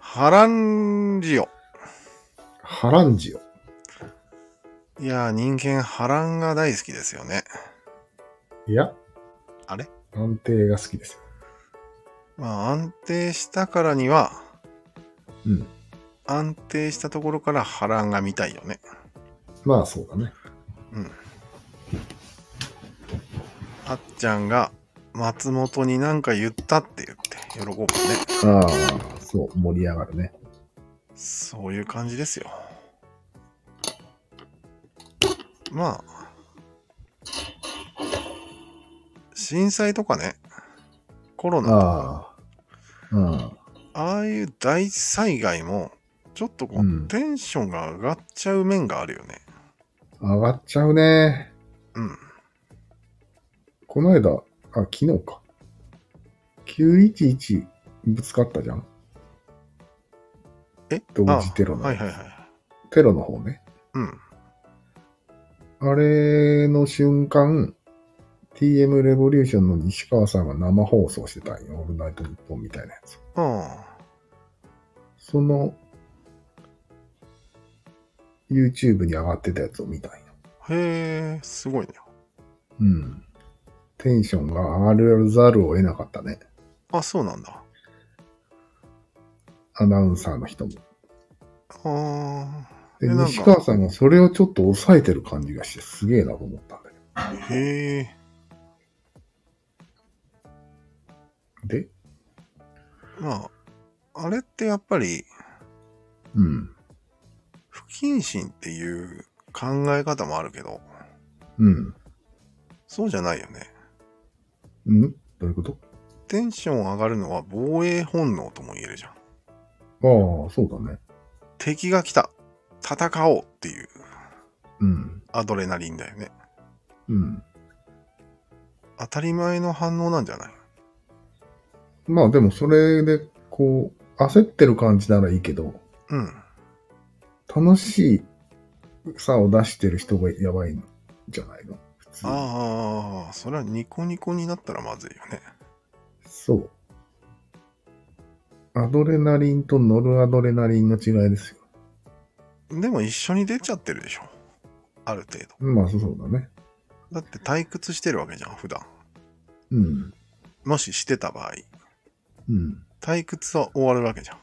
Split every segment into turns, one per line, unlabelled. ハランジオ。
ハランジオ。
いやー、人間波乱が大好きですよね。
いや。
あれ
安定が好きですよ。
まあ、安定したからには、
うん。
安定したところから波乱が見たいよね。
まあそうだね。
あっちゃんが松本に何か言ったって言って喜ぶね。
ああ、そう、盛り上がるね。
そういう感じですよ。まあ、震災とかね、コロナとか、
ああ。うん。
ああいう大災害も、ちょっとこう、
うん
テンションが上がっちゃう面があるよね。
上がっちゃうね。
うん。
この間、あ、昨日か。911ぶつかったじゃん。
え
同
あ
時テロの
はいはいはい。
テロの方ね。
うん。
あれの瞬間、TM レボリューションの西川さんが生放送してたんよ。オールナイトニッポンみたいなやつ。
あ
その、YouTube に上がってたやつを見たんよ。
あ。へえ、すごいね。
うん。テンションが上がるざるを得なかったね。
あ、そうなんだ。
アナウンサーの人も。
あ
で、
えなんか
西川さんがそれをちょっと抑えてる感じがしてすげえなと思ったんだけ
あ。へえ。
ど。で、
まあ、あれってやっぱり、
うん。
不謹慎っていう考え方もあるけど、
うん。
そうじゃないよね。
うんどういうこと
テンション上がるのは防衛本能とも言えるじゃん。
ああ、そうだね。
敵が来た戦おうっていう
うん。
アドレナリンだよね。
うん。
当たり前の反応なんじゃない
まあでもそれで、こう、焦ってる感じならいいけど、
うん。
楽しいさを出してる人がやばいんじゃないの普通。
ああ、それはニコニコになったらまずいよね。
そう。アドレナリンとノルアドレナリンの違いですよ。
でも一緒に出ちゃってるでしょ。ある程度。
まあそうだね。
だって退屈してるわけじゃん、普段。
うん。
もししてた場合、
うん。
退屈は終わるわけじゃん。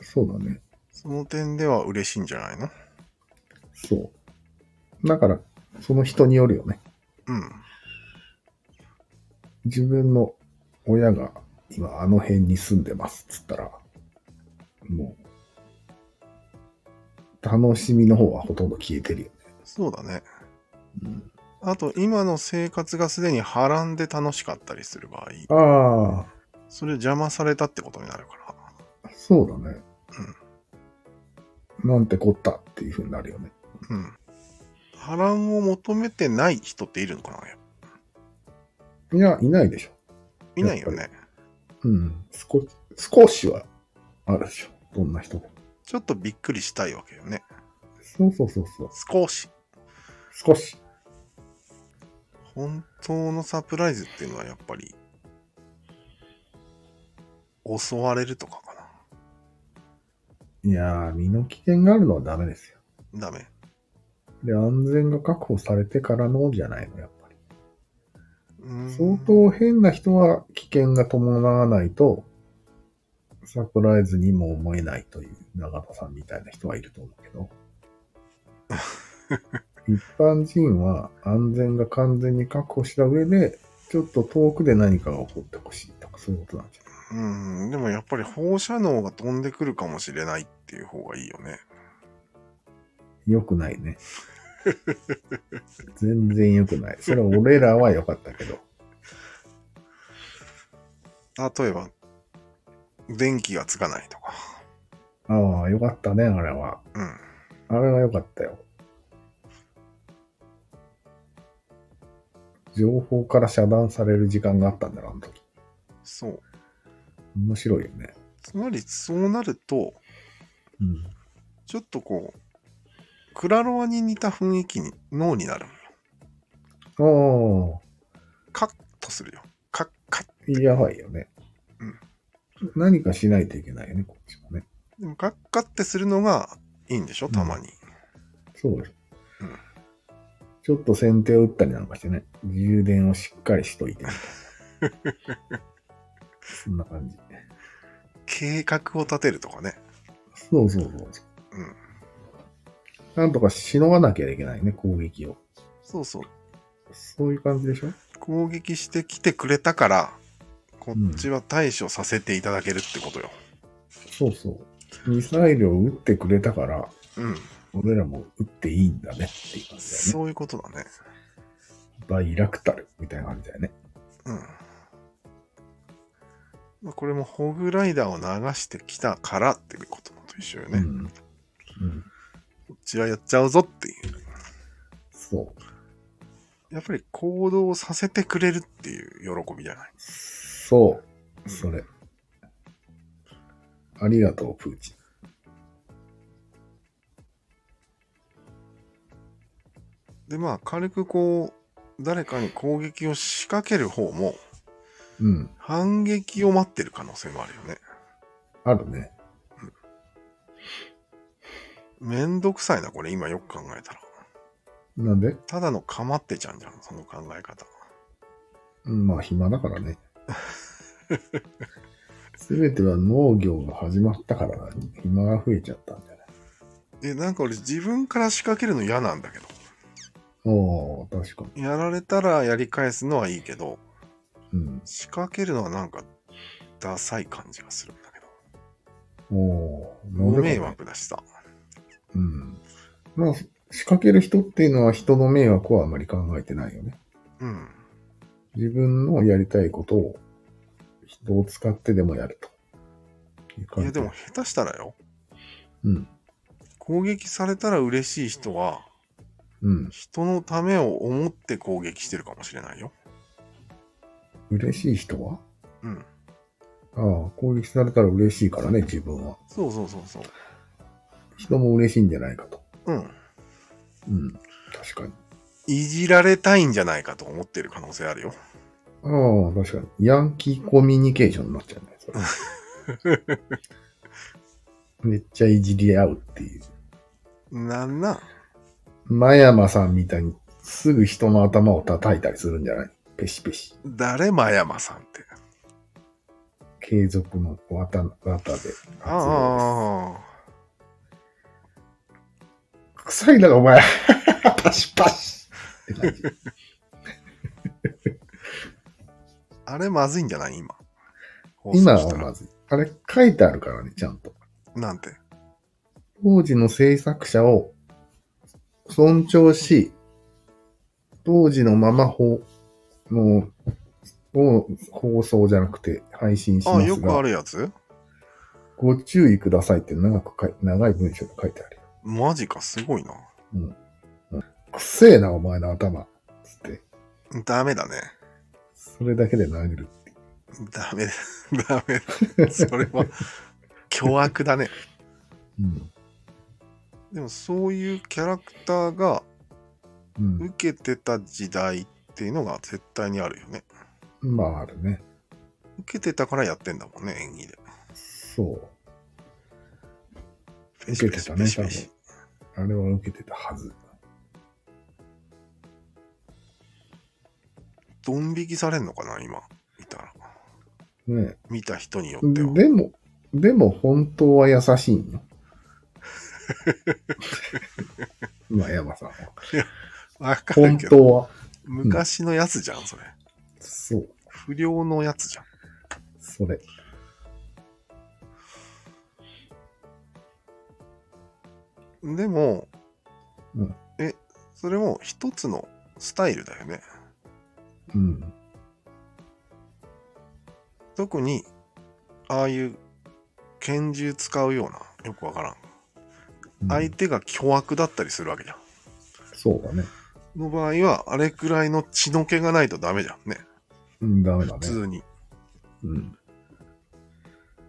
そうだね。
その点では嬉しいんじゃないの
そう。だから、その人によるよね。
うん。
自分の親が今あの辺に住んでますっつったら、もう、楽しみの方はほとんど消えてるよね。
そうだね。
うん
あと、今の生活がすでに波乱で楽しかったりする場合、
あ
それ邪魔されたってことになるから。
あ、そうだね。なんてこったっていう風になるよね。
うん。波乱を求めてない人っているのかない
や、いないでしょ。
いないよね。
うん。少少しはあるでしょ。どんな人でも。
ちょっとびっくりしたいわけよね。
そうそうそうそう。
少し。
少し。
本当のサプライズっていうのはやっぱり、襲われるとかか
いやー、身の危険があるのはダメですよ。
な。ダメ。
で、安全が確保されてからのじゃないの、やっぱり。
うーん
相当変な人は危険が伴わないと、サプライズにも思えないという永田さんみたいな人はいると思うけど。一般人は安全が完全に確保した上で、ちょっと遠くで何かが起こってほしいとか、そういうことなんじゃない
うん、でもやっぱり放射能が飛んでくるかもしれないっていう方がいいよね。
良くないね。 全然良くない。それは俺らは良かったけど。
例えば、電気がつかないとか。
ああ、良かったね、あれは。
うん。
あれは良かったよ。情報から遮断される時間があったんだな、あの時。
そう。
面白いよね。
つまり、そうなると、
うん。
ちょっとこう、クラロワに似た雰囲気に、脳になる。
あ
カッとするよ。カッカッ。
あ、やばいよね。
うん
何かしないといけないよね、こっちもね。
もガッカってするのがいいんでしょたまに。
そうです。
うん
ちょっと先手を打ったりなんかしてね、充電をしっかりしと いてみたいな。そんな感じ。
計画を立てるとかね。
そうそうそうそう。
うん。
なんとかしのがなきゃいけないね、攻撃を。
そうそう。
そういう感じでしょ
攻撃してきてくれたから、こっちは対処させていただけるってことよ。
そうそう。ミサイルを撃ってくれたから、
うん。
俺らも撃っていいんだねっていう感じだよね。
そういうことだね。
バイラクタルみたいな感じだよね。
うん。まあ、これもホグライダーを流してきたからっていうことと一緒よね。
うん。うん。
こっちはやっちゃうぞっていう。
そう。
やっぱり行動をさせてくれるっていう喜びじゃない。
そう。それ。ありがとう、プーチン。
で、まあ、軽くこう、誰かに攻撃を仕掛ける方も、
うん。
反撃を待ってる可能性もあるよね。
あるね。
めんどくさいな、これ、今よく考えたら。
なんで
ただのかまってちゃんじゃん、その考え方。
うんまあ、暇だか らね。すべては農業が始まったからだ、暇が増えちゃったんじゃない
え、なんか俺、自分から仕掛けるの嫌なんだけど。
おお確かに。
やられたらやり返すのはいいけど、
うん。
仕掛けるのはなんか、ダサい感じがするんだけど。
おお
ご迷
は
惑だしさ。
うん。まあ、仕掛ける人っていうのは人の迷惑はあまり考えてないよね。
うん。
自分のやりたいことを人を使ってでもやると。いう
い
感
や、
じ
でも、下手したらよ、
うん。
攻撃されたら嬉しい人は、
うん。
人のためを思って攻撃してるかもしれないよ。
嬉しい人は
うん。
ああ、攻撃されたら嬉しいからね、自分は。
そうそうそうそう。
人も嬉しいんじゃないかと。
うん。
うん。確かに。
いじられたいんじゃないかと思ってる可能性あるよ。
ああ、確かに。ヤンキーコミュニケーションになっちゃうね。それ めっちゃいじり合うっていう。
なんなん
真山さんみたいにすぐ人の頭を叩いたりするんじゃないペシペシ。
誰真山さんって。
継続の綿、綿で。
ああ。
臭いだろ、お前。パシパシって 感じ。
あれまずいんじゃない今。
今
放送し
は
たら
まずい。あれ書いてあるからね、ちゃんと。
なんて。
当時の制作者を尊重し、当時のまま放、の、を放送じゃなくて配信し
あ
ま
あ、よ
す
くあ
が、
るやつ
ご注意くださいって長く書い、長い文章で書いてあるよ。
マジか、すごいな。
くせえな、お前の頭。つって、
ダメだね。
それだけで殴る。
ダメ、ダメ。それは、巨悪だね。
うん。
でも、そういうキャラクターが
うん。
受けてた時代っていうのが絶対にあるよね。
まあ、あるね。
受けてたからやってんだもんね、演技で。
そう。
ペシ
受
ペ
けて
シ
たね、
ペシペ
多分
シ。
あれは受けてたはず。
ドン引きされんのかな、今。見たら。
ね
見た人によっては。
でも、でも本当は優し いんよ。まあ、山さんは。
わかる
本
けど、
当は。
昔のやつじゃん、それ。
そう。
不良のやつじゃん。
それ。
でも、
うん
え、それも一つのスタイルだよね。
うん。
特に、ああいう拳銃使うような、よくわからん。
うん
相手が凶悪だったりするわけじゃん。
そうだね。
の場合は、あれくらいの血の気がないとダメじゃんね。
うん、ダメだ
普
ね。
通に。
うん。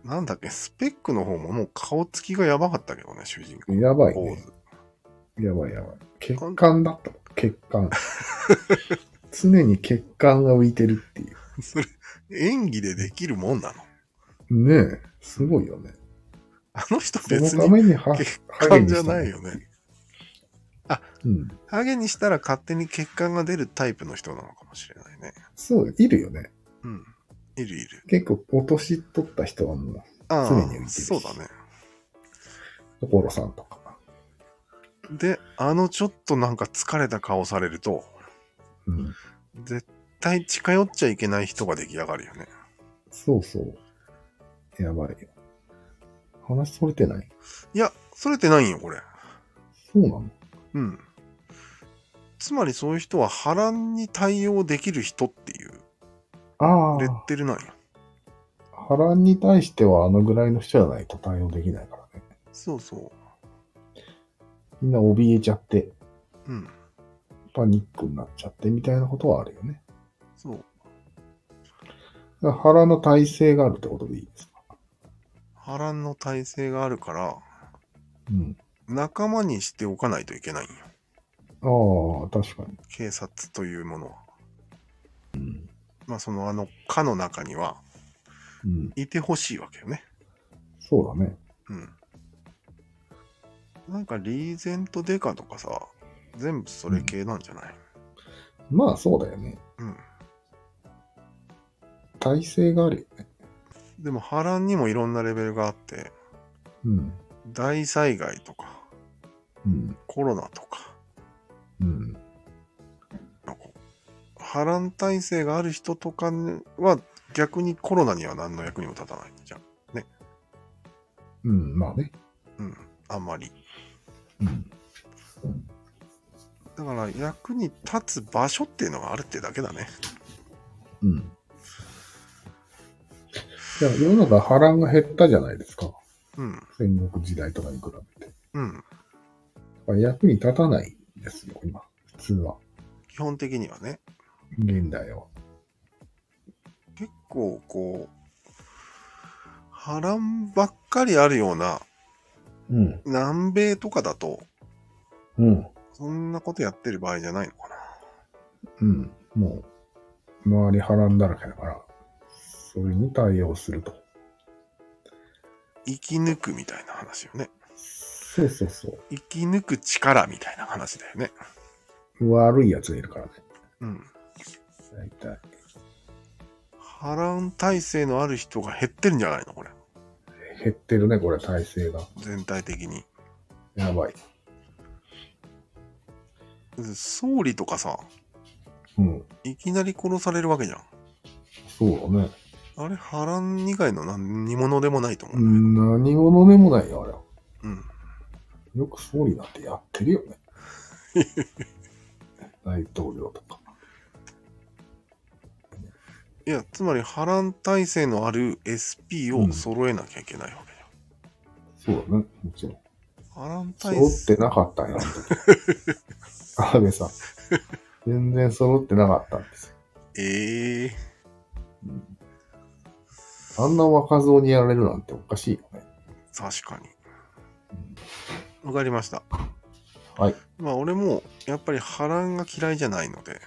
なんだっけ、スペックの方ももう顔つきがやばかったけどね、主人公。
やばい
ポ
ね
ー。ズ。
やばいやばい。血管だったの。血管。常に血管が浮いてるっていう。
それ、演技でできるもんなの
ねえ。すごいよね。
あの人
その
別
た
に
めには
血
ハゲ
管
に
じ
し
ゃ
たの
ないよね。
うん。
ハゲにしたら勝手に血管が出るタイプの人なのかもしれないね。
そう、いるよね。
うん。いるいる。
結構、お年取った人はも
あ
常に浮いてる
あ、
し
そうだね。
う、所さんとか。
で、あのちょっとなんか疲れた顔されると、
うん。
絶対近寄っちゃいけない人が出来上がるよね。
そうそう。やばいよ。話それてない
いや、それってないんよ、これ。
そうなの
うん。つまりそういう人は波乱に対応できる人っていう
あ
レッ
あ、
テルなんよ。
波乱に対してはあのぐらいの人じゃないと対応できないからね。
そうそ
みんな怯えちゃって、
う。うん。
パニックになっちゃってみたいなことはあるよね。
そう。
だから波乱の体制があるってことでいいですか
波乱の体制があるから、
うん。
仲間にしておかないといけないんよ。
ああ、確かに。
警察というものは。まあ、その、あの、課の中には、
うん。
いてほしいわけよね。
そうだね。
うん。なんか、リーゼントデカとかさ、全部それ系なんじゃない、
まあそうだよね。
うん、
体制があるよね。
でも、波乱にもいろんなレベルがあって、
うん。
大災害とか、
うん。
コロナとか、
う
な
ん。
んか波乱体制がある人とかは、逆にコロナには何の役にも立たないじゃん。
うん。まあね。
うん、あんまり。
うん。
だから役に立つ場所っていうのがあるってだけだね。
うん。じゃあ世の中波乱が減ったじゃないですか。
うん、
戦国時代とかに比べて。
うん。
まあ役に立たないんですよ、今。普通は。
基本的にはね、
現代は。
結構こう、波乱ばっかりあるような、
うん。
南米とかだと、
うん。
そんなことやってる場合じゃないのかな。
うん。もう、周り波乱だらけだから、それに対応すると。
生き抜くみたいな話よね。
そうそうそ
生き抜く力みたいな話だよね。
う。悪い奴がいるからね。
うん。
大体。
波乱体制のある人が減ってるんじゃないのこれ。
減ってるね、これ、体制が。
全体的に。
やばい。
総理とかさ、
うん。
いきなり殺されるわけじゃん。
そうだね。
あれ、波乱以外の何者でもないと思う
うん
だよね。
ん何者でもないよ、あれは。
うん。
よく総理なんてやってるよね。 大統領とか。
いや、つまり波乱体制のある SP
う
を
ん
揃えなきゃいけないわけじ
そうだね、もちろん。
ゃん。波乱体
揃っ
制。
てなかったん や、安倍さん。全然揃ってなかったんですよ。
ええ
あんな若造にやられるなんておかしいよね。
確かに。わかりました。
はい。
まあ、俺も、やっぱり波乱が嫌いじゃないので、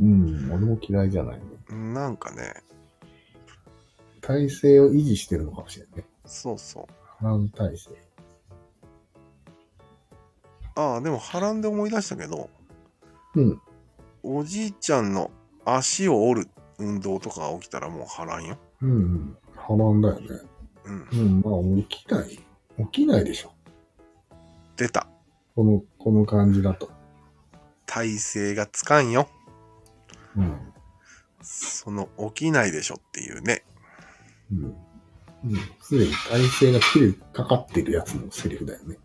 うん、俺も嫌いじゃないね。
なんかね、
体制を維持してるのかもしれないね。
そうそう。
波乱体制。
ああ、でも波乱で思い出したけど、
うん。
おじいちゃんの足を折る運動とかが起きたらもう波乱よ。
うん、うん。波乱だよね。
うん。
うん、まあ、起きない。起きないでしょ。
出た。
この、この感じだと。
体勢がつかんよ。
うん。
その起きないでしょっていうね。
うん。うん。すでに体勢が切れかかってるやつのセリフだよね。